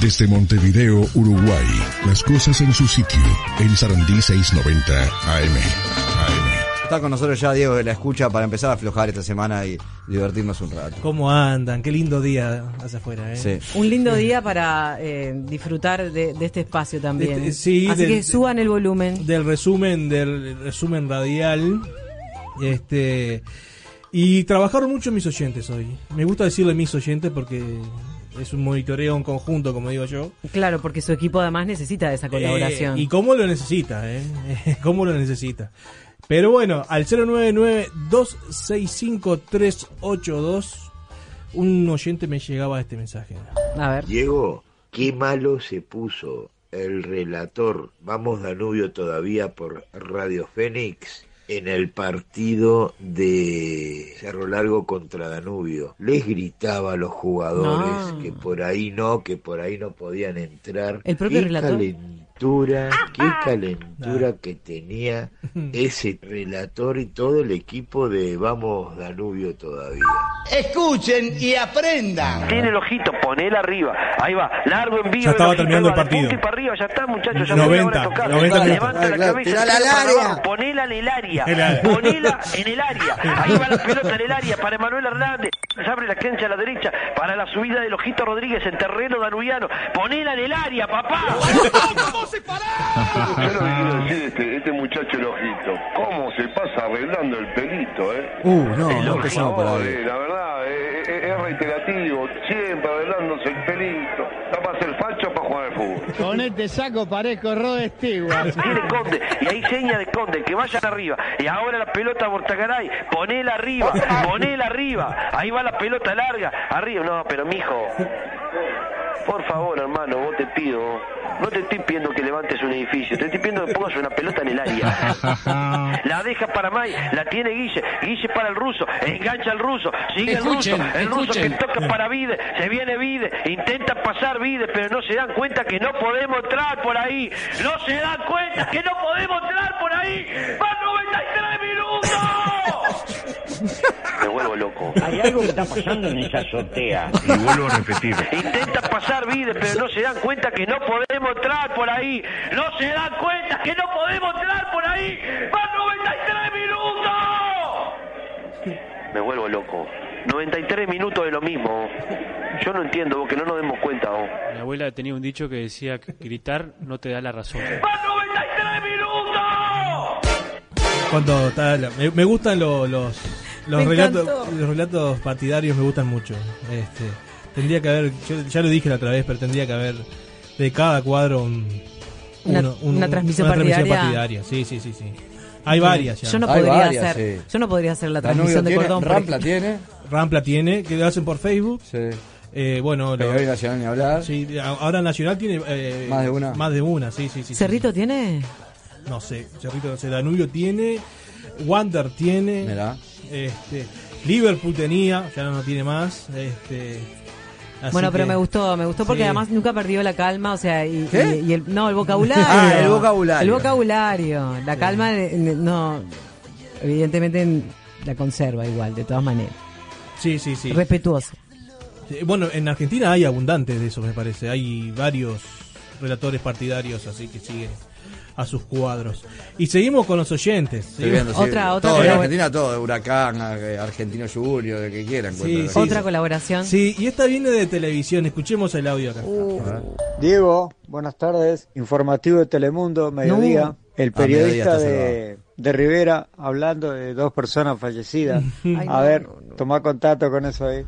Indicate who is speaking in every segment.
Speaker 1: Desde Montevideo, Uruguay, las cosas en su sitio, en Sarandí 690 AM. AM.
Speaker 2: Está con nosotros ya Diego de la escucha para empezar a aflojar esta semana y divertirnos un rato.
Speaker 3: ¿Cómo andan? Qué lindo día hacia afuera, ¿eh?
Speaker 2: Sí.
Speaker 4: Un lindo día para eh, disfrutar de, de este espacio también.
Speaker 3: Este, sí,
Speaker 4: Así
Speaker 3: del-
Speaker 4: que suban el volumen.
Speaker 3: Del resumen, del resumen radial. Este. Y trabajaron mucho mis oyentes hoy. Me gusta decirle mis oyentes porque es un monitoreo en conjunto, como digo yo.
Speaker 4: Claro, porque su equipo además necesita de esa colaboración.
Speaker 3: Eh, y cómo lo necesita, ¿eh? cómo lo necesita. Pero bueno, al 099-265-382, un oyente me llegaba este mensaje.
Speaker 4: A ver.
Speaker 5: Diego, qué malo se puso el relator Vamos Danubio todavía por Radio Fénix en el partido de Cerro Largo contra Danubio. Les gritaba a los jugadores
Speaker 4: No.
Speaker 5: que por ahí no, que por ahí no podían entrar.
Speaker 4: ¿El propio
Speaker 5: Qué
Speaker 4: relator? Ah,
Speaker 5: calentura, qué calentura que tenía ese relator y todo el equipo de Vamos Danubio todavía.
Speaker 6: Escuchen y aprendan.
Speaker 7: Ten el ojito, ponela arriba. Ahí va, largo en vivo.
Speaker 3: Ya estaba
Speaker 7: el ojito,
Speaker 3: terminando
Speaker 7: ahí va,
Speaker 3: el
Speaker 7: de
Speaker 3: partido.
Speaker 7: punta y para arriba, ya está, muchachos. Ya
Speaker 3: 90,
Speaker 7: me voy a tocar.
Speaker 3: 90 minutos.
Speaker 6: Ah,
Speaker 7: Levanta la
Speaker 6: claro,
Speaker 7: cabeza,
Speaker 6: tirala
Speaker 7: tira
Speaker 6: al
Speaker 7: para
Speaker 6: área.
Speaker 7: abajo, Ponela en el área.
Speaker 3: El área.
Speaker 7: Ponela en el área. Ahí va la pelota en el área para Manuel Hernández. Se abre la cancha a la derecha para la subida del ojito Rodríguez en terreno danubiano. Ponela en el área, papá.
Speaker 8: Yo lo que quiero decir este, este muchacho el ojito. ¿Cómo se pasa arreglando el pelito, eh?
Speaker 2: Uh, no, no
Speaker 8: Por
Speaker 2: empezamos por
Speaker 8: favor,
Speaker 2: ahí.
Speaker 8: eh, la verdad, eh, eh, es reiterativo. Siempre arreglándose el pelito. Está para ser facho para jugar al fútbol.
Speaker 6: Con este saco parezco Rod Stewart.
Speaker 7: Viene Ah, Conde, y ahí seña de Conde, que vayan arriba. Y ahora la pelota a Bortagaray, ponela arriba, ponela arriba. Ahí va la pelota larga, arriba. No, pero mijo, por favor, hermano, vos te pido, no te estoy pidiendo que levantes un edificio, te estoy pidiendo que pongas una pelota en el área. La deja para May, la tiene Guille, Guille para el ruso, engancha al ruso, sigue el
Speaker 6: Escuchen,
Speaker 7: ruso, el ruso que
Speaker 6: escuchen.
Speaker 7: toca para Vide, se viene Vide, intenta pasar Vide, pero no se dan cuenta que no podemos entrar por ahí, no se dan cuenta que no podemos entrar por ahí, van 93 minutos. Me vuelvo loco.
Speaker 9: Hay algo que está pasando en esa azotea.
Speaker 8: Y vuelvo a repetir.
Speaker 7: Intenta pasar Vide, pero no se dan cuenta que no podemos entrar por ahí. No se dan cuenta que no podemos entrar por ahí. ¡Van 93 minutos! Me vuelvo loco. 93 minutos de lo mismo. Yo no entiendo, vos, que no nos demos cuenta. vos.
Speaker 10: Mi abuela tenía un dicho que decía, gritar no te da la razón.
Speaker 7: ¡Van 93 minutos!
Speaker 3: Cuando está la- me, me gustan lo- los los
Speaker 4: Me
Speaker 3: relatos
Speaker 4: encantó.
Speaker 3: los relatos partidarios me gustan mucho. Este, tendría que haber yo ya lo dije la otra vez, pero tendría que haber de cada cuadro un-
Speaker 4: Una-
Speaker 3: uno-
Speaker 4: una transmisión partidaria.
Speaker 3: partidaria. Sí, sí, sí, sí. Hay varias ya.
Speaker 4: Yo no
Speaker 2: Hay
Speaker 4: podría
Speaker 2: varias,
Speaker 4: hacer,
Speaker 2: sí.
Speaker 4: yo no podría hacer la
Speaker 2: Danubio
Speaker 4: transmisión de
Speaker 2: tiene,
Speaker 4: cordón. por
Speaker 2: Rampla
Speaker 4: ejemplo.
Speaker 2: tiene.
Speaker 3: Rampla tiene que lo hacen por Facebook.
Speaker 2: Sí.
Speaker 3: Eh, bueno, lo-
Speaker 2: Pero hoy Nacional ni hablar.
Speaker 3: sí, a- ahora Nacional tiene eh,
Speaker 2: Más de una.
Speaker 3: Más de una, sí, sí, sí. sí.
Speaker 4: Cerrito tiene.
Speaker 3: No sé, Cerrito no sé, Danubio tiene, Wander tiene,
Speaker 2: Mirá.
Speaker 3: este, Liverpool tenía, ya no, no tiene más, este, así
Speaker 4: bueno, pero
Speaker 3: que-
Speaker 4: me gustó, me gustó porque
Speaker 3: Sí.
Speaker 4: además nunca perdió la calma, o sea, y,
Speaker 2: ¿Qué?
Speaker 4: y- y el no, el vocabulario.
Speaker 2: Ah, el vocabulario.
Speaker 4: El vocabulario, la calma de- de- no evidentemente la conserva igual de todas maneras.
Speaker 3: Sí, sí, sí.
Speaker 4: Respetuoso.
Speaker 3: Eh, Bueno, en Argentina hay abundantes de eso, me parece. Hay varios relatores partidarios, así que siguen a sus cuadros. Y seguimos con los oyentes.
Speaker 2: Estoy viendo, sí.
Speaker 4: Otra- otra
Speaker 2: Todo,
Speaker 4: que
Speaker 2: de
Speaker 4: la-
Speaker 2: Argentina todo, de Huracán, a- eh, Argentino Junior, de que quieran.
Speaker 3: Sí,
Speaker 2: cuento
Speaker 3: sí,
Speaker 2: de Argentina.
Speaker 4: Otra colaboración.
Speaker 3: Sí, y esta viene de televisión, escuchemos el audio acá.
Speaker 4: Uh.
Speaker 11: Diego, buenas tardes. Informativo de Telemundo, mediodía.
Speaker 4: No.
Speaker 11: El
Speaker 2: Ah, mediodía,
Speaker 11: periodista
Speaker 2: está
Speaker 11: de, de Rivera hablando de dos personas fallecidas.
Speaker 4: Ay,
Speaker 11: A
Speaker 4: no,
Speaker 11: ver,
Speaker 4: no, no.
Speaker 11: toma contacto con eso ahí.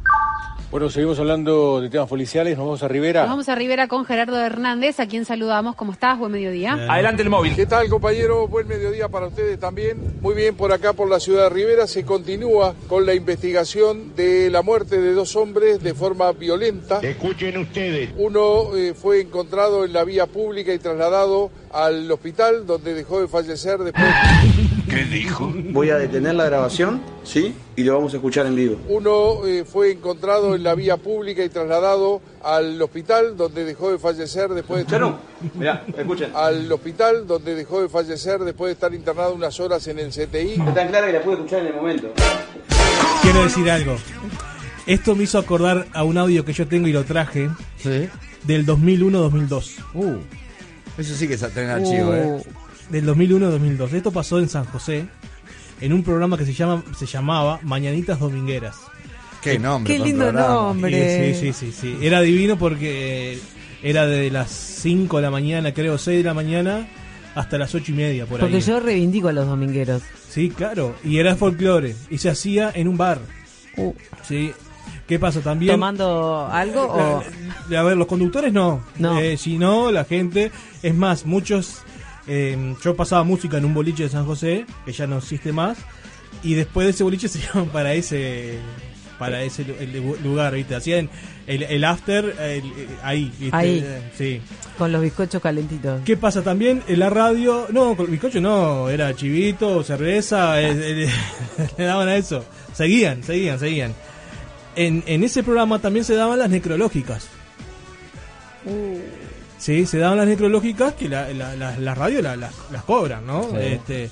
Speaker 12: Bueno, seguimos hablando de temas policiales, nos vamos a Rivera.
Speaker 13: Nos vamos a Rivera con Gerardo Hernández, a quien saludamos. ¿Cómo estás? Buen mediodía.
Speaker 12: el móvil. ¿Qué tal, compañero? Buen mediodía para ustedes también. Muy bien, por acá, por la ciudad de Rivera, se continúa con la investigación de la muerte de dos hombres de forma violenta.
Speaker 9: Escuchen ustedes.
Speaker 12: Uno eh, fue encontrado en la vía pública y trasladado al hospital, donde dejó de fallecer después.
Speaker 14: ¿Qué dijo? Voy a detener la grabación, ¿sí? Y lo vamos a escuchar en vivo.
Speaker 12: Uno eh, fue encontrado en la vía pública y trasladado al hospital donde dejó de fallecer después de
Speaker 14: Mirá, escuchen.
Speaker 12: al hospital donde dejó de fallecer después de estar internado unas horas en el CTI.
Speaker 14: Está tan clara que la pude escuchar en el momento.
Speaker 3: Quiero decir algo. Esto me hizo acordar a un audio que yo tengo y lo traje del 2001-2002.
Speaker 2: Uh, Eso sí que es tren
Speaker 4: Uh.
Speaker 2: archivo,
Speaker 4: Oh.
Speaker 2: ¿eh?
Speaker 3: Del 2001-2002. Esto pasó en San José, en un programa que se, llama, se llamaba Mañanitas Domingueras.
Speaker 2: Qué nombre. para un programa.
Speaker 3: Y Sí, sí, sí, sí. Era divino porque eh, era de las 5 de la mañana, creo, 6 de la mañana, hasta las 8 y media por
Speaker 4: Porque
Speaker 3: ahí.
Speaker 4: yo reivindico a los domingueros.
Speaker 3: Sí, claro. Y era folclore. Y se hacía en un bar.
Speaker 4: Uh.
Speaker 3: Sí. ¿Qué pasa también?
Speaker 4: ¿Tomando algo o...?
Speaker 3: A ver, los conductores no. Eh, sino la gente. Es más, muchos. eh, yo pasaba música en un boliche de San José, que ya no existe más. Y después de ese boliche se iban para ese. Para ese lu- el lu- lugar, ¿viste? Hacían el, el after el- eh, ahí, ¿viste?
Speaker 4: Ahí.
Speaker 3: Eh, Sí.
Speaker 4: Con los bizcochos calentitos.
Speaker 3: ¿Qué pasa también? En la radio. No, con bizcocho no, era chivito, cerveza, eh, eh, le daban a eso. Seguían, seguían, seguían. En, en ese programa también se daban las necrológicas. Sí, se daban las necrológicas que la, la- la- las radios la- las, las cobran, ¿no?
Speaker 4: Sí.
Speaker 3: Este,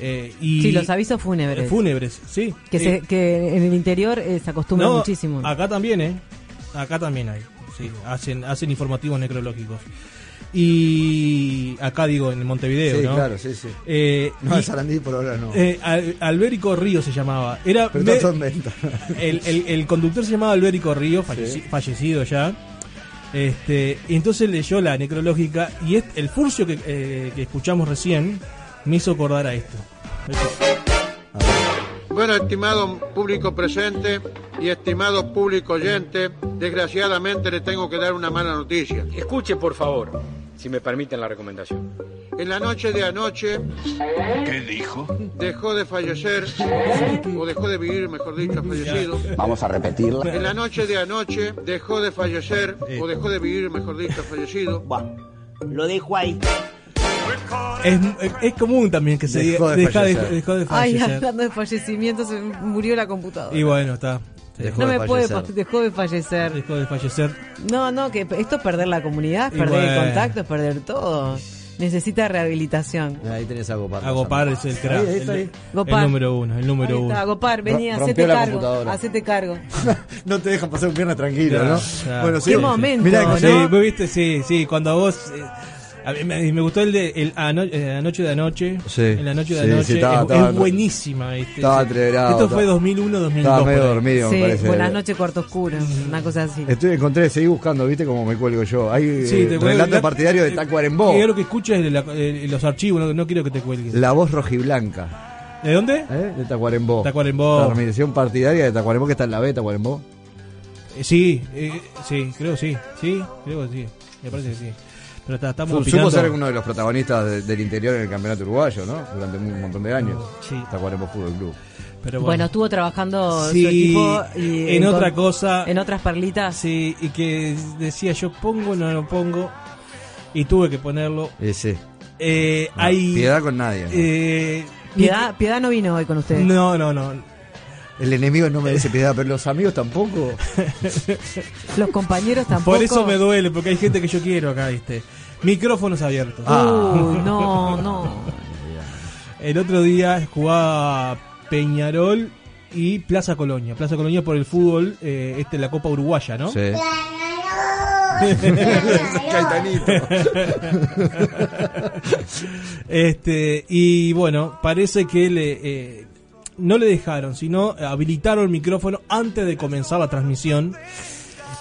Speaker 3: eh, y
Speaker 4: Sí, los avisos fúnebres.
Speaker 3: Fúnebres, sí.
Speaker 4: Que,
Speaker 3: Eh, sí.
Speaker 4: se- que en el interior eh, se acostumbra
Speaker 3: No,
Speaker 4: muchísimo.
Speaker 3: Acá también, ¿eh? Acá también hay. Sí, hacen, hacen informativos necrológicos. Y acá digo, en Montevideo,
Speaker 2: Sí,
Speaker 3: ¿no?
Speaker 2: claro, sí, sí.
Speaker 3: Eh,
Speaker 2: No,
Speaker 3: y-
Speaker 2: en Sarandí por ahora no.
Speaker 3: eh, Al- Alberico Río se llamaba. Era
Speaker 2: Pero
Speaker 3: me-
Speaker 2: está todo en venta.
Speaker 3: el, el- el conductor se llamaba Alberico Río, falleci- fallecido ya. Este, y entonces leyó la necrológica y est- el furcio que, eh, que escuchamos recién me hizo acordar a esto.
Speaker 12: Bueno, estimado público presente y estimado público oyente, desgraciadamente le tengo que dar una mala noticia.
Speaker 15: Escuche, por favor, si me permiten la recomendación.
Speaker 12: En la noche de anoche... ¿Qué dijo? Dejó de fallecer, o dejó de vivir, mejor dicho, fallecido.
Speaker 9: Vamos a
Speaker 12: En la noche de anoche dejó de fallecer, o dejó de vivir, mejor dicho, fallecido.
Speaker 9: Lo dejo ahí.
Speaker 3: Es, es común también que se diga
Speaker 2: Dejó de
Speaker 3: deja de-
Speaker 2: fallecer.
Speaker 3: dejó de
Speaker 4: Ay,
Speaker 3: fallecer.
Speaker 4: hablando de fallecimiento, se murió la computadora.
Speaker 3: Y bueno, está. Dejó
Speaker 4: no
Speaker 3: de
Speaker 4: me puede,
Speaker 3: fallecer.
Speaker 4: pa- dejó de fallecer.
Speaker 3: Dejó de fallecer.
Speaker 4: No, no, que esto es perder la comunidad, es
Speaker 3: Y
Speaker 4: perder el
Speaker 3: bueno.
Speaker 4: contacto, es perder todo. Necesita rehabilitación.
Speaker 2: Ahí tenés a Gopar.
Speaker 3: A Gopar es el crack.
Speaker 2: Ahí, ahí está,
Speaker 3: el,
Speaker 2: ahí.
Speaker 3: el
Speaker 4: Gopar.
Speaker 3: número uno, el número
Speaker 4: Ahí
Speaker 3: uno.
Speaker 4: está, Gopar, vení,
Speaker 2: Ro-
Speaker 4: hacete
Speaker 2: rompió la
Speaker 4: cargo.
Speaker 2: computadora.
Speaker 4: Hacete cargo.
Speaker 2: No te dejan pasar un viernes tranquilo,
Speaker 3: Ya,
Speaker 2: ¿no?
Speaker 3: ya.
Speaker 2: Bueno,
Speaker 4: Qué momento,
Speaker 3: Mirá,
Speaker 4: ¿no?
Speaker 3: sí, vos viste, sí, sí, cuando vos... eh, a mí me, me gustó el de el ano- eh, Anoche de Anoche.
Speaker 2: Sí.
Speaker 3: En la noche de
Speaker 2: Sí,
Speaker 3: anoche.
Speaker 2: sí, estaba-
Speaker 3: es,
Speaker 2: estaba-
Speaker 3: es buenísima. ¿viste?
Speaker 2: estaba
Speaker 3: Sí.
Speaker 2: atreverado,
Speaker 3: Esto
Speaker 2: estaba-
Speaker 3: fue 2001, 2002.
Speaker 2: estaba medio
Speaker 3: por ahí.
Speaker 2: dormido, me
Speaker 4: Sí,
Speaker 2: parece.
Speaker 4: buenas noches, cuarto oscuro, una cosa así.
Speaker 3: Este,
Speaker 2: Estoy encontré, seguí buscando, viste cómo me cuelgo yo. Hay
Speaker 3: Sí,
Speaker 2: eh,
Speaker 3: te cuelgo-
Speaker 2: relato
Speaker 3: la-
Speaker 2: partidario de Tacuarembó.
Speaker 3: Y lo que escuchas es la- eh, los archivos, no, no quiero que te cuelgues.
Speaker 2: La voz rojiblanca.
Speaker 3: ¿De dónde?
Speaker 2: ¿eh? De Tacuarembó.
Speaker 3: Tacuarembó.
Speaker 2: La organización partidaria de Tacuarembó que está en la B, Tacuarembó.
Speaker 3: Eh, sí, eh, sí, creo que sí. Sí, creo que sí. Me parece que sí. Pero está, estamos
Speaker 2: Su-
Speaker 3: opinando-
Speaker 2: Supo ser uno de los protagonistas de- del interior en el campeonato uruguayo, ¿no? Durante un montón de años.
Speaker 3: Sí.
Speaker 2: Tacuarembó Fútbol Club.
Speaker 3: Pero
Speaker 4: Bueno,
Speaker 3: bueno.
Speaker 4: estuvo trabajando
Speaker 3: Sí,
Speaker 4: su equipo y
Speaker 3: en
Speaker 4: encon-
Speaker 3: otra cosa.
Speaker 4: En otras perlitas.
Speaker 3: Sí, y que decía yo pongo, no lo pongo. Y tuve que ponerlo.
Speaker 2: Ese.
Speaker 3: Eh,
Speaker 2: No,
Speaker 3: hay,
Speaker 2: Ah, piedad con nadie, ¿no?
Speaker 3: eh,
Speaker 4: Piedad, Piedad no vino hoy con ustedes.
Speaker 3: No, no, no.
Speaker 2: El enemigo no
Speaker 3: eh.
Speaker 2: merece piedad, pero los amigos tampoco.
Speaker 4: Los compañeros tampoco.
Speaker 3: Por eso me duele, porque hay gente que yo quiero acá, ¿viste? Micrófonos abiertos.
Speaker 2: Ah.
Speaker 3: Uh.
Speaker 4: Uy, Uh, no, no.
Speaker 3: El otro día jugaba Peñarol y Plaza Colonia. Plaza Colonia por el fútbol, eh, este la Copa Uruguaya, ¿no?
Speaker 2: Sí.
Speaker 3: Caitanito. este, y bueno, parece que le, eh, no le dejaron, sino habilitaron el micrófono antes de comenzar la transmisión.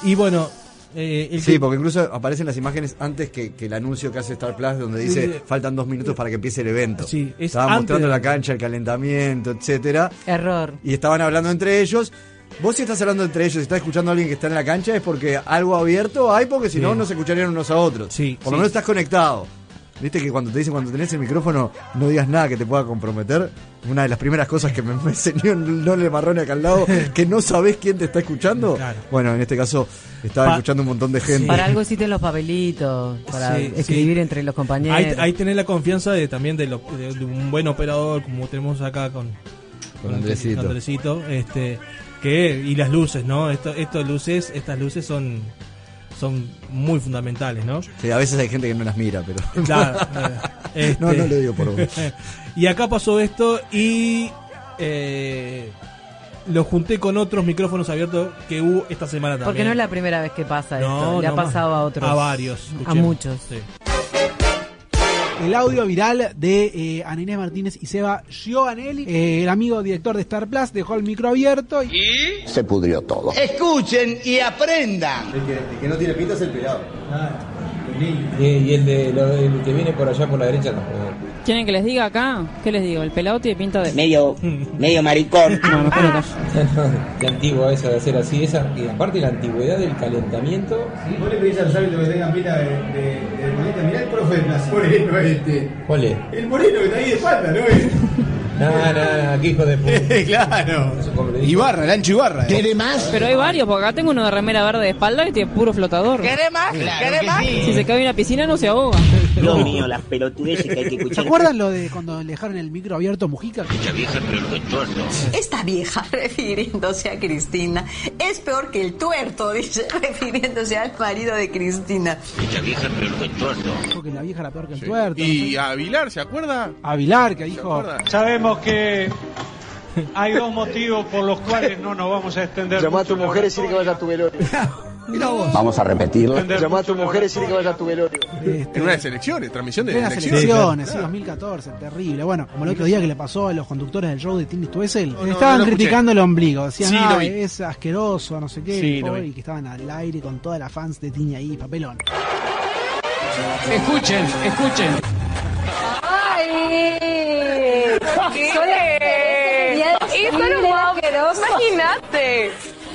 Speaker 3: Y bueno, eh, el
Speaker 2: Sí,
Speaker 3: que-
Speaker 2: porque incluso aparecen las imágenes antes que, que el anuncio que hace Star Plus, donde
Speaker 3: Sí.
Speaker 2: dice faltan dos minutos para que empiece el evento.
Speaker 3: Sí, es
Speaker 2: Estaban
Speaker 3: antes
Speaker 2: mostrando
Speaker 3: de-
Speaker 2: la cancha, el calentamiento, etcétera,
Speaker 4: Error.
Speaker 2: y estaban hablando entre ellos. Vos si estás hablando entre ellos, si estás escuchando a alguien que está en la cancha, es porque algo abierto hay, porque si no,
Speaker 3: Sí.
Speaker 2: no se escucharían unos a otros. Sí. Por lo
Speaker 3: sí.
Speaker 2: menos estás conectado. Viste que cuando te dicen cuando tenés el micrófono no digas nada que te pueda comprometer. Una de las primeras cosas que me, me enseñó Nole Marrone acá al lado, que no sabés quién te está escuchando. Bueno, en este caso estaba
Speaker 4: Pa-
Speaker 2: escuchando un montón de gente.
Speaker 4: Para algo existen los papelitos, para
Speaker 3: Sí,
Speaker 4: escribir
Speaker 3: sí.
Speaker 4: entre los
Speaker 3: Ahí,
Speaker 4: compañeros.
Speaker 3: ahí tenés la confianza de también de, lo- de- de un buen operador como tenemos acá con, con
Speaker 2: Andresito.
Speaker 3: Andresito, este, que, y las luces, ¿no? Esto, estos luces, estas luces son, son muy fundamentales, ¿no?
Speaker 2: Sí, a veces hay gente que no las mira, pero.
Speaker 3: Claro, eh,
Speaker 2: No,
Speaker 3: este-
Speaker 2: no lo digo por vos.
Speaker 3: y acá pasó esto y eh, lo junté con otros micrófonos abiertos que hubo esta semana también.
Speaker 4: Porque no es la primera vez que pasa
Speaker 3: No,
Speaker 4: esto, le
Speaker 3: no,
Speaker 4: ha pasado a otros.
Speaker 3: A varios.
Speaker 4: A
Speaker 3: escuchemos.
Speaker 4: muchos.
Speaker 3: Sí.
Speaker 16: El audio viral de eh, Ana Inés Martínez y Seba Giovanelli, eh, el amigo director de Star Plus, dejó el micro abierto. Y...
Speaker 17: Se pudrió todo.
Speaker 6: Escuchen y aprendan.
Speaker 2: El que, no tiene pinta es el pelado.
Speaker 18: Y, y el, de, lo- el que viene por allá por la derecha tampoco.
Speaker 19: ¿Quieren que les diga acá? ¿Qué les digo? El pelado tiene pinta de
Speaker 18: Medio, medio maricón. No, la antigua esa de hacer así, esa, y aparte la antigüedad del calentamiento.
Speaker 20: Vos le pedís a los árbitros que tengan pinta de, de, de moreno. Mirá el profe de Plaza. Moreno este.
Speaker 18: ¿Cuál es?
Speaker 20: El moreno que está ahí de pata, ¿no es?
Speaker 18: No, no, no, qué hijo de puta. claro.
Speaker 21: Ibarra, el ancho Ibarra.
Speaker 18: ¿Quiere
Speaker 19: más? Pero hay varios, porque acá tengo uno de remera verde de espalda que tiene puro flotador.
Speaker 6: ¿Quiere más? ¿Quiere más?
Speaker 19: Si se cae en la piscina no se ahoga.
Speaker 6: Dios mío, las pelotudeces que hay que
Speaker 16: ¿Se acuerdan lo de Eh, cuando le dejaron el micro abierto a Mujica?
Speaker 6: vieja, pero lo entorno.
Speaker 22: Esta vieja, refiriéndose a Cristina, es peor que el tuerto, dice, refiriéndose al marido de Cristina.
Speaker 6: Esta vieja, pero lo entorno.
Speaker 16: Dijo que la vieja era peor que el
Speaker 6: Sí.
Speaker 16: tuerto.
Speaker 6: Y
Speaker 16: a
Speaker 23: Avilar, ¿se acuerda?
Speaker 16: Vilar, que dijo.
Speaker 23: Sabemos que hay dos motivos por los cuales no nos vamos a extender.
Speaker 14: Llamá a tu
Speaker 23: mucho la
Speaker 14: mujer y decirle que vaya a tu velorio.
Speaker 17: Vamos a repetirlo.
Speaker 14: Llamá a tu mujer y decirle que vaya a tu velorio.
Speaker 16: este
Speaker 23: En unas elecciones, transmisión de
Speaker 16: En las
Speaker 23: elecciones.
Speaker 16: elecciones, sí, 2014, terrible. Bueno, como el otro día que le pasó a los conductores del show de Tindy Stuesel,
Speaker 23: no,
Speaker 16: estaban
Speaker 23: no lo
Speaker 16: criticando
Speaker 23: escuché.
Speaker 16: el ombligo. Decían,
Speaker 23: Sí, lo
Speaker 16: "Ah,
Speaker 23: vi.
Speaker 16: es asqueroso, no sé qué.
Speaker 23: Sí,
Speaker 16: y
Speaker 23: lo
Speaker 16: pobre,
Speaker 23: vi.
Speaker 16: y que estaban al aire con todas las fans de Tini ahí, papelón.
Speaker 6: Escuchen,
Speaker 16: escuchen.
Speaker 6: ¡Ay!
Speaker 24: Eso era un asqueroso.
Speaker 6: Imagínate.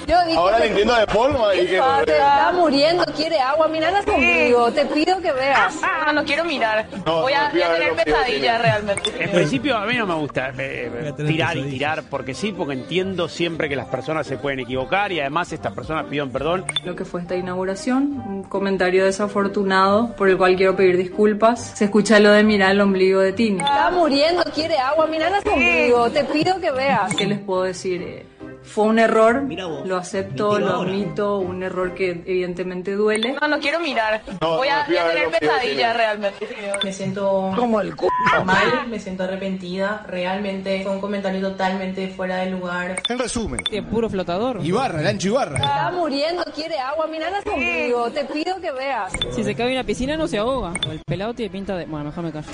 Speaker 24: Yo dije,
Speaker 6: Ahora le entiendo de polvo ahí
Speaker 24: Qué
Speaker 6: que-
Speaker 24: padre, está muriendo, quiere agua, mira las conmigo, te pido que veas.
Speaker 6: Ah, no quiero mirar.
Speaker 24: No,
Speaker 6: voy a, voy a
Speaker 24: no, cuidado,
Speaker 6: tener
Speaker 24: no, cuidado,
Speaker 6: pesadillas
Speaker 24: cuidado.
Speaker 6: realmente.
Speaker 9: En principio a mí no me gusta eh,
Speaker 6: tener
Speaker 9: tirar y
Speaker 6: pesadillas.
Speaker 9: tirar porque sí, porque entiendo siempre que las personas se pueden equivocar y además estas personas pidieron perdón.
Speaker 25: lo que fue esta inauguración, un comentario desafortunado por el cual quiero pedir disculpas. Se escucha lo de mirar el ombligo de Tini.
Speaker 24: Está muriendo, quiere agua, mira las conmigo, te pido que veas.
Speaker 25: ¿Qué les puedo decir? Eh, Fue un error,
Speaker 24: vos,
Speaker 25: lo acepto,
Speaker 24: mentira
Speaker 25: lo
Speaker 24: ahora.
Speaker 25: admito, un error que evidentemente duele.
Speaker 24: No, no quiero mirar.
Speaker 25: No, Voy a- no, voy a cuidado, tener no, cuidado, pesadillas cuidado.
Speaker 24: realmente.
Speaker 25: Me siento
Speaker 24: Como el culo.
Speaker 25: mal, me siento arrepentida, realmente fue un comentario totalmente fuera de lugar.
Speaker 21: En resumen.
Speaker 19: Tiene puro flotador.
Speaker 21: Ibarra, el ancho Ibarra.
Speaker 24: Está muriendo, quiere agua, mira las conmigo, te pido que veas.
Speaker 19: Si se cae en la piscina no se ahoga. El pelado tiene pinta de... Bueno, mejor me callo.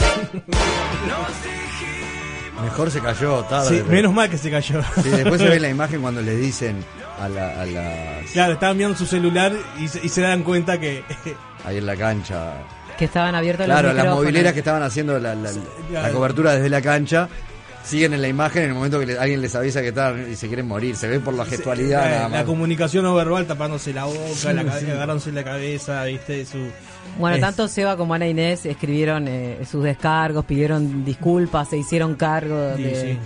Speaker 2: Mejor se cayó tarde.
Speaker 3: Sí,
Speaker 2: pero-
Speaker 3: menos mal que se cayó.
Speaker 2: Sí, después se ve la imagen cuando le dicen a, la- a las.
Speaker 3: Claro, estaban viendo su celular y se, y se dan cuenta que...
Speaker 2: ahí en la cancha.
Speaker 4: Que estaban abiertos
Speaker 2: Claro,
Speaker 4: los
Speaker 2: las
Speaker 4: micrófonos.
Speaker 2: mobileras que estaban haciendo la, la- la cobertura desde la cancha siguen en la imagen en el momento que le- alguien les avisa que están y se quieren morir. Se ve por la gestualidad
Speaker 3: Eh,
Speaker 2: nada
Speaker 3: La
Speaker 2: más.
Speaker 3: comunicación no verbal tapándose la boca,
Speaker 4: Sí,
Speaker 3: la cabeza,
Speaker 4: sí.
Speaker 3: agarrándose la cabeza, viste, su...
Speaker 4: Bueno,
Speaker 3: es-
Speaker 4: tanto Seba como Ana Inés escribieron eh, sus descargos, pidieron disculpas, se hicieron cargo de,
Speaker 3: Sí, sí.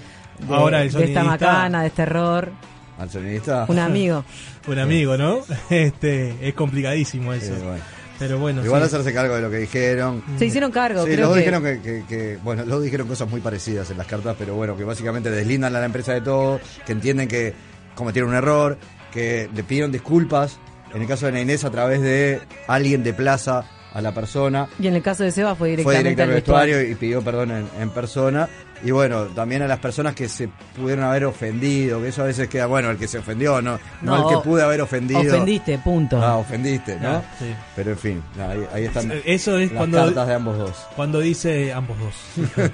Speaker 4: de-
Speaker 3: Ahora el
Speaker 4: de esta
Speaker 3: sonidista-
Speaker 4: macana, de este error.
Speaker 2: Al sonidista.
Speaker 4: Un amigo.
Speaker 3: Un amigo, ¿no? Este, es complicadísimo eso.
Speaker 2: Sí, eh, bueno.
Speaker 3: Pero bueno,
Speaker 2: Igual
Speaker 3: sí.
Speaker 2: hacerse cargo de lo que dijeron.
Speaker 4: Se hicieron cargo,
Speaker 2: Sí,
Speaker 4: creo
Speaker 2: los dos
Speaker 4: que-
Speaker 2: dijeron que, que- que- bueno, los dos dijeron cosas muy parecidas en las cartas, pero bueno, que básicamente deslindan a la empresa de todo, que entienden que cometieron un error, que le pidieron disculpas, en el caso de Ana Inés a través de alguien de plaza a la persona,
Speaker 4: Y en el caso de Seba fue
Speaker 2: fue
Speaker 4: directamente,
Speaker 2: directo al
Speaker 4: al vestuario.
Speaker 2: vestuario y pidió perdón en, en persona. Y bueno, también a las personas que se pudieron haber ofendido, que eso a veces queda, bueno, el que se ofendió, no, no, el que pude haber ofendido.
Speaker 4: Ofendiste, punto.
Speaker 2: Ah, ofendiste, ¿no?
Speaker 3: Ah, sí.
Speaker 2: Pero en fin, nada, ahí, ahí están
Speaker 3: Eso es
Speaker 2: las
Speaker 3: cuando.
Speaker 2: cartas de ambos dos.
Speaker 3: Cuando dice. Ambos dos.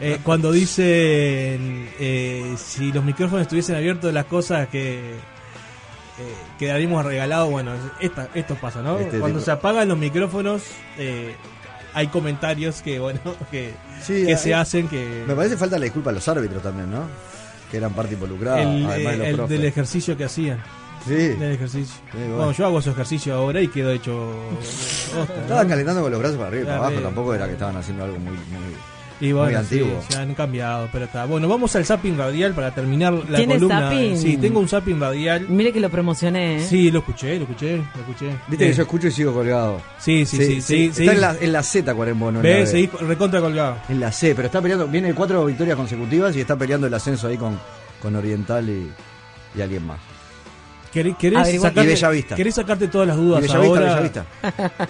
Speaker 3: Eh, cuando dice. eh, si los micrófonos estuviesen abiertos, las cosas que. eh, que habíamos regalado, bueno, esta, esto pasa, ¿no?
Speaker 2: Este
Speaker 3: Cuando
Speaker 2: tipo-
Speaker 3: se apagan los micrófonos, eh, hay comentarios que, bueno, que,
Speaker 2: Sí, ah, eh,
Speaker 3: que
Speaker 2: ahí-
Speaker 3: se hacen que.
Speaker 2: Me parece falta la disculpa a los árbitros también, ¿no? que eran parte involucrada,
Speaker 3: el, eh,
Speaker 2: además de los
Speaker 3: el
Speaker 2: profes.
Speaker 3: del ejercicio que hacían.
Speaker 2: Sí.
Speaker 3: Del ejercicio.
Speaker 2: bueno.
Speaker 3: Bueno, yo hago esos ejercicios ahora y quedo hecho. hostia, ¿no?
Speaker 2: Estaban calentando con los brazos para arriba y para
Speaker 3: Arriba.
Speaker 2: abajo, tampoco era que estaban haciendo algo muy, muy,
Speaker 3: Y bueno,
Speaker 2: muy antiguo.
Speaker 3: sí, se han cambiado, pero está. Bueno, vamos al zapping radial para terminar la
Speaker 4: ¿Tienes
Speaker 3: columna.
Speaker 4: zapping?
Speaker 3: Sí, tengo un zapping radial.
Speaker 4: Mire que lo promocioné. ¿eh?
Speaker 3: Sí, lo escuché, lo escuché, lo escuché.
Speaker 2: Viste
Speaker 3: Eh,
Speaker 2: que yo escucho y sigo colgado.
Speaker 3: Sí, sí, sí, sí,
Speaker 2: Está
Speaker 3: sí.
Speaker 2: En, la, en la Z Cuarembo, no en
Speaker 3: ¿Ves?
Speaker 2: la D.
Speaker 3: Seguí recontra colgado.
Speaker 2: En la C, pero está peleando, viene cuatro victorias consecutivas y está peleando el ascenso ahí con, con Oriental y, y alguien más.
Speaker 3: ¿Querés, querés,
Speaker 2: Averiguate.
Speaker 3: sacarte,
Speaker 2: Y Bellavista.
Speaker 3: querés sacarte todas las dudas
Speaker 2: Y Bellavista,
Speaker 3: ahora
Speaker 2: Bellavista.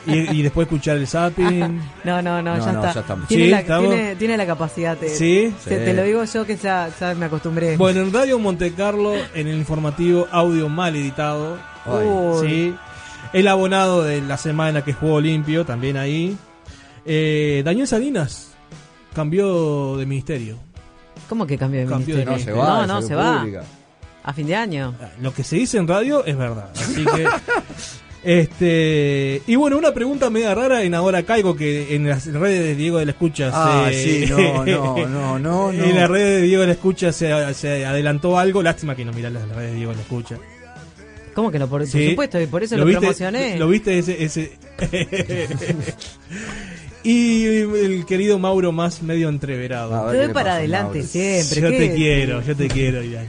Speaker 3: Y, y después escuchar el zapping?
Speaker 4: No, no, no,
Speaker 3: No,
Speaker 4: ya
Speaker 3: no,
Speaker 4: está.
Speaker 3: ya estamos.
Speaker 4: Tiene,
Speaker 3: Sí,
Speaker 4: la,
Speaker 3: estamos.
Speaker 4: Tiene, tiene la capacidad. Te,
Speaker 3: Sí.
Speaker 4: te-
Speaker 3: Sí.
Speaker 4: te lo digo yo que ya, ya me acostumbré.
Speaker 3: Bueno, en Radio Monte Carlo, en el informativo audio mal editado,
Speaker 4: Ay.
Speaker 3: ¿sí? el abonado de la semana que jugó limpio, también ahí. Eh, Daniel Salinas cambió de ministerio.
Speaker 4: ¿Cómo que cambió de
Speaker 3: Cambió de
Speaker 4: ministerio?
Speaker 3: ministerio. No, se va,
Speaker 4: no,
Speaker 3: de
Speaker 4: se
Speaker 3: salud
Speaker 4: va.
Speaker 3: pública.
Speaker 4: A fin de año.
Speaker 3: Lo que se dice en radio es verdad. Así que. Este y bueno una pregunta media rara en ahora caigo que en las redes de Diego de la escucha
Speaker 2: Ah,
Speaker 3: se-
Speaker 2: sí, no, no, no, no, no.
Speaker 3: en las redes de Diego de la escucha se, se adelantó algo lástima que no mirás las redes de Diego de la escucha
Speaker 4: ¿Cómo que lo por,
Speaker 3: Sí.
Speaker 4: por supuesto? Y por eso lo,
Speaker 3: viste?
Speaker 4: promocioné.
Speaker 3: Lo viste ese. ese- y el querido Mauro más medio entreverado.
Speaker 4: Te doy para adelante Ah, siempre.
Speaker 3: Yo te
Speaker 4: ¿qué?
Speaker 3: quiero, yo te quiero, Irán.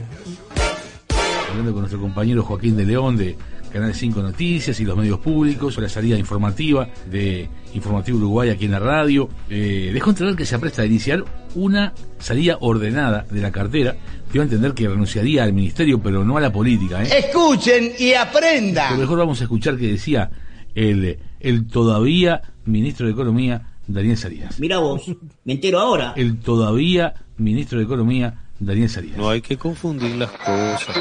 Speaker 10: hablando con nuestro compañero Joaquín de León de Canal 5 Noticias y los medios públicos, sobre la salida informativa de Informativo Uruguay aquí en la radio, eh, dejó entrever que se apresta a iniciar una salida ordenada de la cartera. Dio a entender que renunciaría al ministerio, pero no a la política. ¿eh?
Speaker 5: Escuchen y
Speaker 10: Pero
Speaker 5: aprendan.
Speaker 10: mejor vamos a escuchar que decía el, el todavía ministro de Economía, Daniel Salinas.
Speaker 5: Mira vos, me entero ahora.
Speaker 10: El todavía ministro de Economía, Daniel Salinas.
Speaker 15: No hay que confundir las cosas.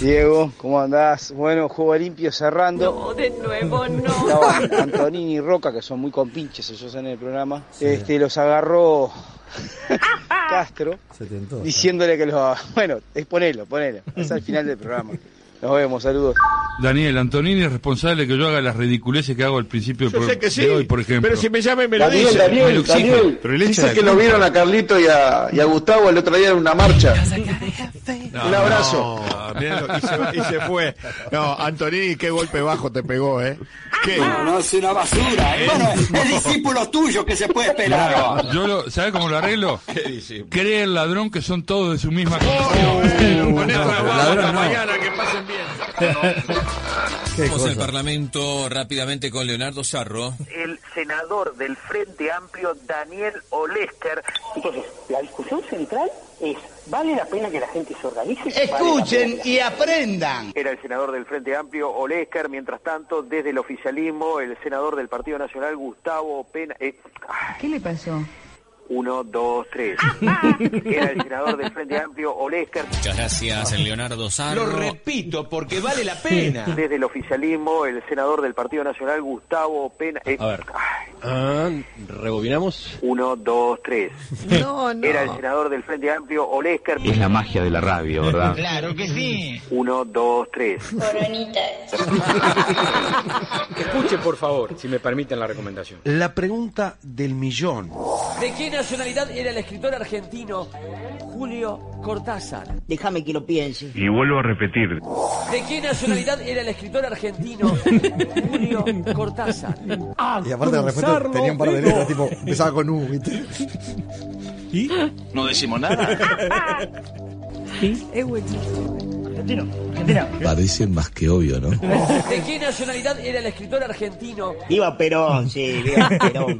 Speaker 26: Diego, ¿cómo andás? Bueno, juego limpio cerrando.
Speaker 27: De nuevo no.
Speaker 26: Estaban Antonini y Roca, que son muy compinches ellos en el programa. Este, los agarró Castro
Speaker 2: Se tentó.
Speaker 26: diciéndole que los. Bueno, es ponelo, ponelo. Es al final del programa. Nos vemos, saludos.
Speaker 28: Daniel, Antonini es responsable de que yo haga las ridiculeces que hago al principio del
Speaker 5: Yo sé
Speaker 28: pro-
Speaker 5: que sí,
Speaker 28: de hoy, por ejemplo.
Speaker 5: pero si me llama y me lo
Speaker 28: Daniel,
Speaker 5: dice.
Speaker 28: Daniel, Me lo exige, Daniel, pero él echa
Speaker 5: dice
Speaker 28: la
Speaker 5: que lo
Speaker 28: culpa.
Speaker 5: vieron a Carlito y a, y a Gustavo el otro día en una marcha.
Speaker 15: No,
Speaker 5: Un abrazo.
Speaker 15: no, mirá lo- y, se, y se fue. No, Antonini, qué golpe bajo te pegó, ¿eh? ¿Qué?
Speaker 5: No, no, es una basura. ¿eh? Bueno, es discípulo tuyo que se puede esperar.
Speaker 28: Claro, yo lo, ¿sabes cómo lo arreglo? Cree el ladrón que son todos de su misma
Speaker 29: Vamos al
Speaker 28: cosa.
Speaker 29: Parlamento rápidamente con Leonardo Sarro.
Speaker 28: el senador del Frente Amplio, Daniel Olester. Entonces, la discusión central es, ¿vale la pena que la gente se organice?
Speaker 5: Escuchen y aprendan.
Speaker 7: Era el senador del Frente Amplio, Olesker, mientras tanto, desde el oficialismo, el senador del Partido Nacional, Gustavo Pena... eh,
Speaker 24: ¿Qué le pasó? Ah,
Speaker 7: uno, dos, tres. Era el senador del Frente Amplio, Olesker.
Speaker 29: Muchas gracias, Leonardo Sarro.
Speaker 15: Lo repito, porque vale la pena.
Speaker 7: Desde el oficialismo, el senador del Partido Nacional, Gustavo Pena... eh,
Speaker 15: A ver. Ah, rebobinamos.
Speaker 7: Uno, dos, tres.
Speaker 5: No, no.
Speaker 7: Era el senador del Frente Amplio, Olesker.
Speaker 15: Es la magia de la radio, ¿verdad?
Speaker 5: Claro que sí.
Speaker 7: Uno, dos, tres.
Speaker 8: Escuche, por favor, si me permiten la recomendación.
Speaker 15: La pregunta del millón.
Speaker 30: ¿De qué nacionalidad era el escritor argentino Julio Cortázar?
Speaker 5: Déjame que lo piense.
Speaker 31: Y vuelvo a repetir.
Speaker 30: ¿De qué nacionalidad era el escritor argentino Julio Cortázar?
Speaker 2: Y aparte de repente
Speaker 30: Cruzarlo,
Speaker 2: tenía un par de
Speaker 30: digo.
Speaker 2: letras, tipo, empezaba con U, ¿viste?
Speaker 30: ¿Y?
Speaker 15: No decimos nada.
Speaker 4: Es buenísimo.
Speaker 32: Parece más que obvio, ¿no?
Speaker 30: ¿De qué nacionalidad era el escritor argentino?
Speaker 5: Viva Perón, sí, viva Perón,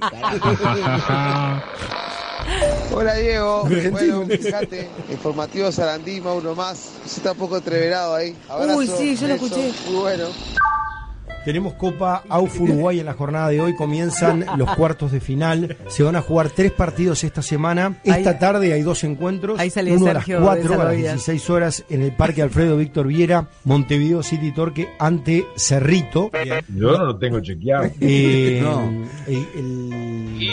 Speaker 31: Hola Diego,
Speaker 5: Argentino.
Speaker 31: bueno, fíjate, informativo Sarandí, Mauro más, yo está un poco entreverado ahí. Abrazo, Uy, sí, yo lo beso, escuché. Muy bueno.
Speaker 33: Tenemos Copa AUF Uruguay en la jornada de hoy. Comienzan los cuartos de final. Se van a jugar tres partidos esta semana. Esta tarde hay dos encuentros.
Speaker 4: ahí salió
Speaker 33: uno
Speaker 4: Sergio
Speaker 33: a
Speaker 4: de
Speaker 33: las 4 a las
Speaker 4: Salvavidas.
Speaker 33: 16 horas en el Parque Alfredo Víctor Viera, Montevideo City Torque ante Cerrito.
Speaker 5: Eh,
Speaker 31: Yo no lo tengo chequeado.
Speaker 33: Eh, el, el-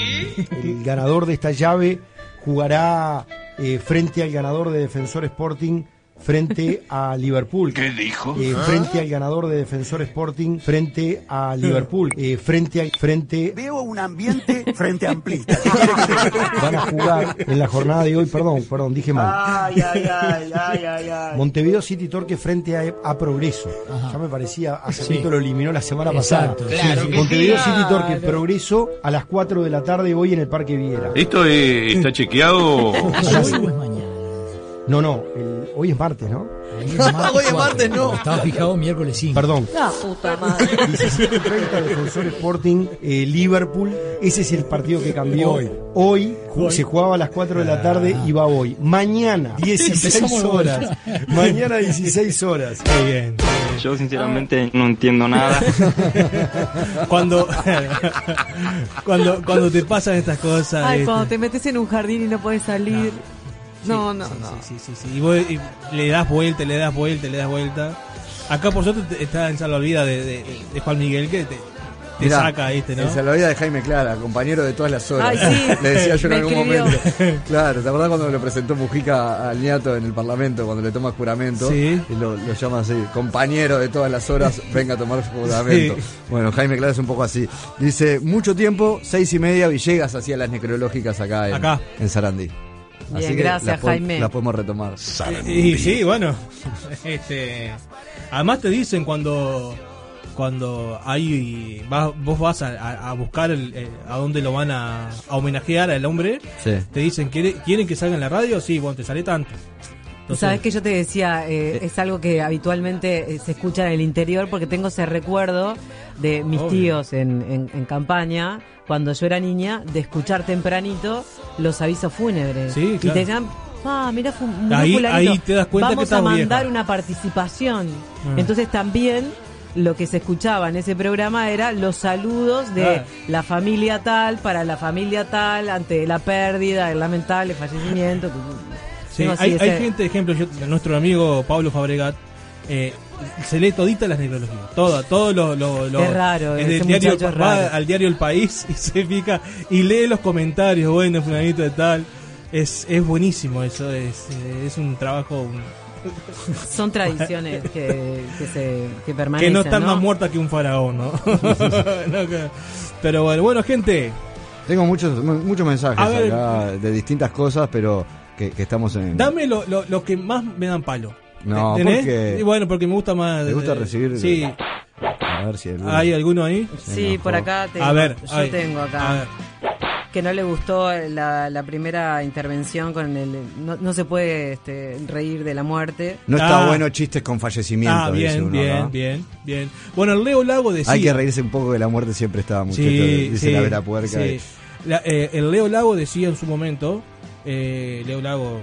Speaker 33: el ganador de esta llave jugará eh, frente al ganador de Defensor Sporting frente a Liverpool.
Speaker 5: ¿Qué dijo?
Speaker 33: Eh,
Speaker 5: ¿Ah?
Speaker 33: Frente al ganador de Defensor Sporting, frente a Liverpool. Eh, frente a, frente
Speaker 9: Veo un ambiente frente amplista.
Speaker 33: van a jugar en la jornada de hoy, perdón, perdón, dije mal.
Speaker 9: Ay, ay, ay, ay, ay, ay.
Speaker 33: Montevideo City Torque frente a, a Progreso. Ya me parecía, hace
Speaker 9: Sí.
Speaker 33: poquito lo eliminó la semana
Speaker 9: Exacto,
Speaker 33: pasada.
Speaker 9: claro que
Speaker 33: Montevideo
Speaker 9: sí.
Speaker 33: City Torque,
Speaker 9: Claro.
Speaker 33: Progreso a las 4 de la tarde hoy en el Parque Viera.
Speaker 11: ¿Esto eh, está chequeado?
Speaker 33: No, no, el- hoy es martes, ¿no?
Speaker 13: Hoy es martes, no.
Speaker 33: Estaba fijado miércoles 5. Perdón.
Speaker 13: La puta madre.
Speaker 33: 17:30 Defensor Sporting, eh, Liverpool. Ese es el partido que cambió
Speaker 13: Hoy.
Speaker 33: hoy.
Speaker 13: Hoy.
Speaker 33: se jugaba a las 4 de la tarde y va hoy. Mañana, 16
Speaker 13: Empezamos
Speaker 33: horas.
Speaker 13: hoy.
Speaker 33: Mañana, 16 horas. Qué bien.
Speaker 14: Yo sinceramente no entiendo nada.
Speaker 3: Cuando, cuando, cuando te pasan estas cosas.
Speaker 4: Ay,
Speaker 3: este,
Speaker 4: cuando te metes en un jardín y no puedes salir. No, no, no.
Speaker 3: Sí, sí, sí. Y vos y le das vuelta, le das vuelta, le das vuelta. Acá por suerte te- está en salvavidas de, de, de Juan Miguel que te, te
Speaker 2: Mirá,
Speaker 3: saca, este, ¿no?
Speaker 2: En salvavidas de Jaime Clara, compañero de todas las horas.
Speaker 3: Ay, sí.
Speaker 2: Le decía yo en
Speaker 3: Me
Speaker 2: algún
Speaker 3: escribió.
Speaker 2: momento. Claro, ¿te acordás cuando lo presentó Mujica al Niato en el Parlamento, cuando le toma juramento?
Speaker 3: Sí.
Speaker 2: Y lo, lo llama así, compañero de todas las horas, venga a tomar juramento.
Speaker 33: Sí.
Speaker 2: Bueno, Jaime Clara es un poco así. Dice, mucho tiempo, seis y media, Villegas hacía las necrológicas acá en,
Speaker 3: Acá.
Speaker 2: en Sarandí.
Speaker 3: Bien, gracias,
Speaker 2: las po-
Speaker 3: Jaime.
Speaker 2: Las podemos retomar.
Speaker 3: Y sí, bueno. Este, además te dicen cuando cuando hay vas- vos vas a, a- a buscar el- el- a dónde lo van a, a homenajear al hombre,
Speaker 2: Sí.
Speaker 3: te dicen ¿quiere- quieren que salga en la radio, sí, bueno, te sale tanto. Entonces,
Speaker 4: Sabes que yo te decía, eh, es algo que habitualmente eh, se escucha en el interior porque tengo ese recuerdo de mis
Speaker 16: Obvio.
Speaker 4: tíos en, en- en campaña, cuando yo era niña, de escuchar tempranito los avisos fúnebres.
Speaker 3: Sí, claro.
Speaker 4: Y te decían, ah, mira, fue un un
Speaker 3: Ahí-
Speaker 4: fulanito.
Speaker 3: ahí te das cuenta que
Speaker 4: Vamos
Speaker 3: estás
Speaker 4: a mandar
Speaker 3: vieja".
Speaker 4: una participación.
Speaker 3: Ah.
Speaker 4: Entonces también lo que se escuchaba en ese programa era los saludos de
Speaker 3: Claro.
Speaker 4: la familia tal para la familia tal ante la pérdida, el lamentable fallecimiento.
Speaker 3: Sí,
Speaker 4: Tengo así
Speaker 3: hay, hay
Speaker 4: ese-
Speaker 3: gente, ejemplo, yo- nuestro amigo Pablo Fabregat, eh, se lee todita las necrologías, toda, todo lo, lo- lo-
Speaker 4: Es raro,
Speaker 3: es del
Speaker 4: ese
Speaker 3: diario,
Speaker 4: muchacho es
Speaker 3: va
Speaker 4: raro.
Speaker 3: al diario El País y se fija y lee los comentarios, bueno, fulanito de tal, es, es buenísimo eso, es, eh, es un trabajo un-
Speaker 4: Son tradiciones que, que se, que
Speaker 3: que
Speaker 4: permanecen.
Speaker 3: no están más muertas que un faraón, ¿no? No, que- pero bueno, bueno gente,
Speaker 2: Tengo muchos, muchos mensajes
Speaker 3: A ver.
Speaker 2: acá de distintas cosas, pero que, que estamos en...
Speaker 3: dame lo, lo- lo que más me dan palo.
Speaker 2: No,
Speaker 3: ¿Tenés?
Speaker 2: porque-
Speaker 3: Y bueno, porque me gusta más...
Speaker 2: ¿Te gusta
Speaker 3: eh,
Speaker 2: recibir?
Speaker 3: Sí.
Speaker 2: A ver si hay alguno.
Speaker 3: ¿Hay alguno ahí?
Speaker 4: Sí, por acá tengo.
Speaker 3: A ver,
Speaker 4: yo
Speaker 3: ahí.
Speaker 4: tengo
Speaker 3: A
Speaker 4: acá.
Speaker 3: ver.
Speaker 4: Que no le gustó la, la primera intervención con el. No, no se puede este, reír de la muerte.
Speaker 2: No está
Speaker 3: Ah.
Speaker 2: bueno chistes con fallecimiento.
Speaker 3: Ah,
Speaker 2: dice
Speaker 3: bien,
Speaker 2: uno,
Speaker 3: bien,
Speaker 2: ¿no?
Speaker 3: bien, bien. Bueno, Leo Lago decía.
Speaker 2: Hay que reírse un poco de la muerte, siempre estaba muchacho,
Speaker 3: Sí,
Speaker 2: dice
Speaker 3: sí,
Speaker 2: la vera puerca.
Speaker 3: sí. La- eh, el Leo Lago decía en su momento, eh, Leo Lago,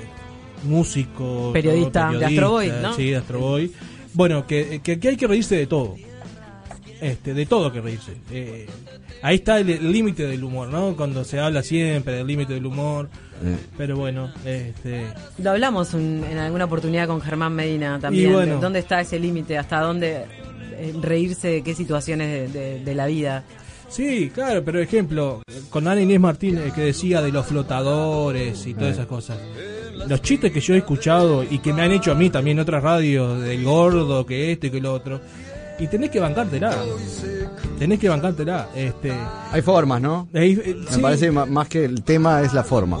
Speaker 3: eh, músico,
Speaker 4: Periodista,
Speaker 3: todo,
Speaker 4: de Astro Boy, ¿no?
Speaker 3: Sí, de Astro Boy. Bueno, que, que aquí hay que reírse de todo. Este, de todo que reírse. Eh, ahí está el- el límite del humor, ¿no? Cuando se habla siempre del límite del humor.
Speaker 2: Eh.
Speaker 3: Pero bueno, este,
Speaker 4: Lo hablamos un- en alguna oportunidad con Germán Medina también.
Speaker 3: Y bueno.
Speaker 4: ¿Dónde está ese límite? ¿Hasta dónde eh, reírse de qué situaciones de, de- de la vida?
Speaker 3: Sí, claro, pero ejemplo, con Ana Inés Martínez que decía de los flotadores y todas
Speaker 17: Eh.
Speaker 3: esas cosas. Los chistes que yo he escuchado y que me han hecho a mí también en otras radios, del gordo, que esto y que lo otro. Y tenés que bancártela. Tenés que bancártela. Este,
Speaker 2: Hay formas, ¿no?
Speaker 3: Eh, eh,
Speaker 2: Me
Speaker 3: sí.
Speaker 2: parece ma- más que el tema es la forma.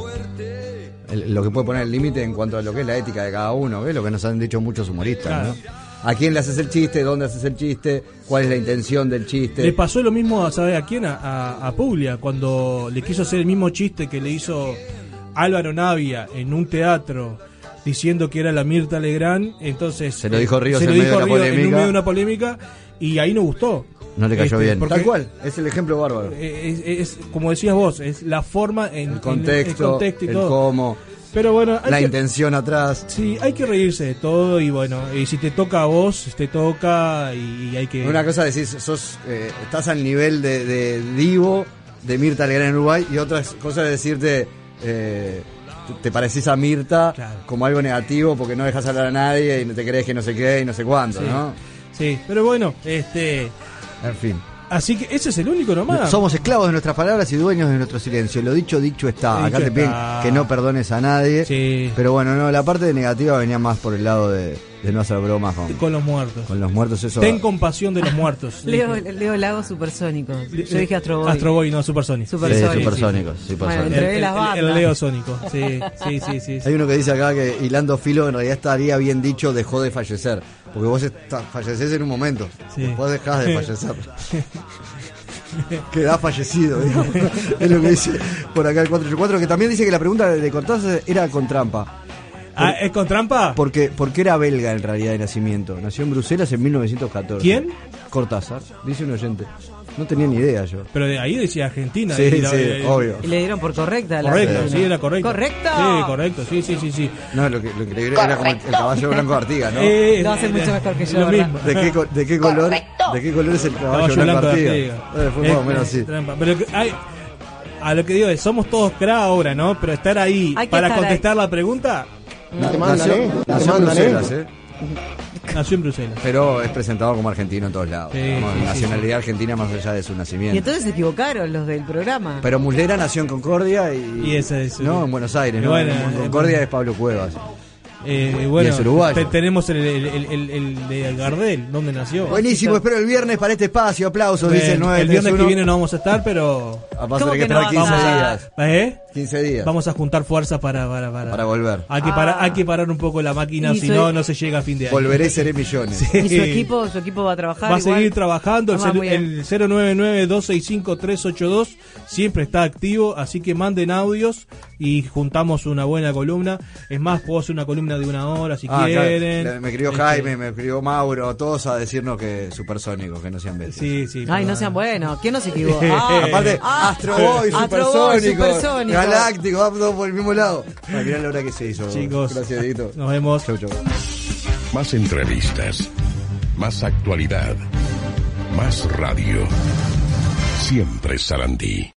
Speaker 2: El- lo que puede poner el límite en cuanto a lo que es la ética de cada uno, ¿ves? Lo que nos han dicho muchos humoristas,
Speaker 3: Claro.
Speaker 2: ¿no? ¿A quién le haces el chiste? ¿Dónde haces el chiste? ¿Cuál es la intención del
Speaker 3: Le
Speaker 2: chiste?
Speaker 3: pasó lo mismo, ¿sabes a quién? A, a- a Puglia, cuando le quiso hacer el mismo chiste que le hizo Álvaro Navia en un teatro diciendo que era la Mirta Legrand. Entonces,
Speaker 2: Se lo
Speaker 3: eh,
Speaker 2: dijo Ríos en
Speaker 3: lo
Speaker 2: medio de la
Speaker 3: Ríos en
Speaker 2: polémica.
Speaker 3: medio de una polémica y ahí no gustó.
Speaker 2: No le cayó
Speaker 3: Este,
Speaker 2: bien.
Speaker 3: porque-
Speaker 2: Tal cual, es el ejemplo bárbaro.
Speaker 3: eh, es, es- como decías vos, es la forma en en- en
Speaker 2: El contexto, el,
Speaker 3: contexto y todo.
Speaker 2: cómo,
Speaker 3: Pero bueno, hay
Speaker 2: la
Speaker 3: que-
Speaker 2: intención atrás.
Speaker 3: Sí, hay que reírse de todo y bueno, y si te toca a vos, te toca y, y hay que...
Speaker 2: Una cosa decís, sos, eh, estás al nivel de, de Divo, de Mirta Legrand en Uruguay, y otra cosa es decirte, eh, te parecís a Mirta como algo negativo porque no dejas hablar a nadie y no te crees que no sé qué y no sé cuándo,
Speaker 3: Sí.
Speaker 2: ¿no?
Speaker 3: Sí, pero bueno, este...
Speaker 2: En fin.
Speaker 3: Así que ese es el único nomás.
Speaker 2: Somos esclavos de nuestras palabras y dueños de nuestro silencio. Lo dicho, dicho está.
Speaker 3: Dicho
Speaker 2: Acá te piden
Speaker 3: está.
Speaker 2: que no perdones a nadie. Pero bueno, no, la parte negativa venía más por el lado de, de no hacer bromas con,
Speaker 3: con los muertos.
Speaker 2: con los muertos. Eso.
Speaker 3: Ten compasión de los muertos.
Speaker 4: Leo, Leo Lago Supersónico. Yo dije Astroboy.
Speaker 3: Astroboy, no, Supersonic.
Speaker 2: Supersonic. Sí, Supersonic, sí. Supersonic. Bueno,
Speaker 4: entre
Speaker 3: El-
Speaker 4: las
Speaker 3: el-
Speaker 4: bandas.
Speaker 3: El, Leo Sónico. Sí, sí, sí, sí. sí.
Speaker 2: Hay uno que dice acá que hilando filo en realidad estaría bien dicho dejó de fallecer. Porque vos está- falleces en un momento. Después dejás de fallecer. Quedás fallecido, digamos. Es lo que dice por acá el 484, que también dice que la pregunta de Cortázar era con trampa.
Speaker 3: Ah, ¿es con trampa?
Speaker 2: Porque, porque era belga en realidad de nacimiento. Nació en Bruselas en 1914.
Speaker 3: ¿Quién?
Speaker 2: Cortázar, dice un oyente. No tenía ni idea yo.
Speaker 3: Pero de ahí decía Argentina.
Speaker 2: Sí,
Speaker 3: y eh,
Speaker 2: sí, obvio.
Speaker 4: Y le dieron por correcta la
Speaker 3: Correcto,
Speaker 4: la-
Speaker 3: sí, era correcto.
Speaker 4: Correcto.
Speaker 3: Sí, correcto, sí, sí, sí. sí.
Speaker 2: No, lo, que, lo increíble era como el, el caballo blanco de Artigas, ¿no?
Speaker 3: Eh,
Speaker 4: Lo hace mucho mejor que yo,
Speaker 3: lo
Speaker 4: ¿verdad?
Speaker 3: mismo.
Speaker 2: ¿De qué, co- de qué color, ¿De qué color es el caballo,
Speaker 3: Caballo
Speaker 2: blanco,
Speaker 3: blanco de
Speaker 2: de Artigas?
Speaker 3: Artigas.
Speaker 2: Eh, fue más o menos
Speaker 3: Eh,
Speaker 2: así.
Speaker 3: trampa. Pero que hay- a lo que digo es, somos todos cra ahora, ¿no? Pero estar ahí
Speaker 4: Hay que
Speaker 3: para
Speaker 4: estar
Speaker 3: contestar la pregunta.
Speaker 2: Na-
Speaker 3: este,
Speaker 2: nació- nació en Bruselas, ¿eh?
Speaker 3: Nació en Bruselas.
Speaker 2: Pero es presentado como argentino en todos lados.
Speaker 3: Sí,
Speaker 2: Digamos,
Speaker 3: sí, sí,
Speaker 2: nacionalidad argentina más allá de su nacimiento.
Speaker 4: Y entonces se equivocaron los del programa.
Speaker 2: Pero Muslera nació en Concordia y.
Speaker 3: Y esa es-
Speaker 2: No, en Buenos Aires,
Speaker 3: Y
Speaker 2: ¿no?
Speaker 3: bueno,
Speaker 2: en
Speaker 3: eh,
Speaker 2: Concordia es Pablo Cuevas.
Speaker 3: Eh,
Speaker 2: Y
Speaker 3: bueno,
Speaker 2: es uruguayo.
Speaker 3: te- tenemos el, el, el- el- el de Gardel, ¿dónde nació?
Speaker 2: Buenísimo, espero el viernes para este espacio. Aplausos,
Speaker 3: Bueno,
Speaker 2: dice el 9.
Speaker 3: el viernes que viene no vamos a estar, pero.
Speaker 2: A pasar que, estar 15 días.
Speaker 3: ¿Eh?
Speaker 2: 15 días.
Speaker 3: Vamos a juntar fuerzas para, para, para.
Speaker 2: Para volver.
Speaker 3: Hay que, parar,
Speaker 4: Ah.
Speaker 3: hay que parar un poco la máquina,
Speaker 4: Y
Speaker 3: si
Speaker 4: su-
Speaker 3: no, no se llega a fin de año.
Speaker 2: Volveré, seré millones.
Speaker 3: Sí.
Speaker 4: Y su equipo, su equipo va a trabajar.
Speaker 3: Va a
Speaker 4: igual.
Speaker 3: seguir trabajando. El,
Speaker 4: Ah,
Speaker 3: celu-
Speaker 4: muy bien.
Speaker 3: el 099-265-382 siempre está activo. Así que manden audios y juntamos una buena columna. Es más, puedo hacer una columna de una hora si
Speaker 2: Ah, claro.
Speaker 3: quieren.
Speaker 2: Le- Me escribió
Speaker 3: Este,
Speaker 2: Jaime, me escribió Mauro, todos a decirnos que supersónicos, que no sean Betis.
Speaker 3: Sí, Eh, sí.
Speaker 4: Ay, no sean buenos. ¿Quién no se equivocó? Ah,
Speaker 2: Aparte,
Speaker 4: ah,
Speaker 2: Astro Boy,
Speaker 4: Astro Boy,
Speaker 2: supersónico,
Speaker 4: Supersónico.
Speaker 2: galáctico, vamos todos por el mismo lado. Ah, mirá la hora que se hizo.
Speaker 3: Chicos,
Speaker 2: gracias, Dito.
Speaker 3: Nos vemos.
Speaker 16: Más entrevistas, más actualidad, más radio. Siempre Sarandí.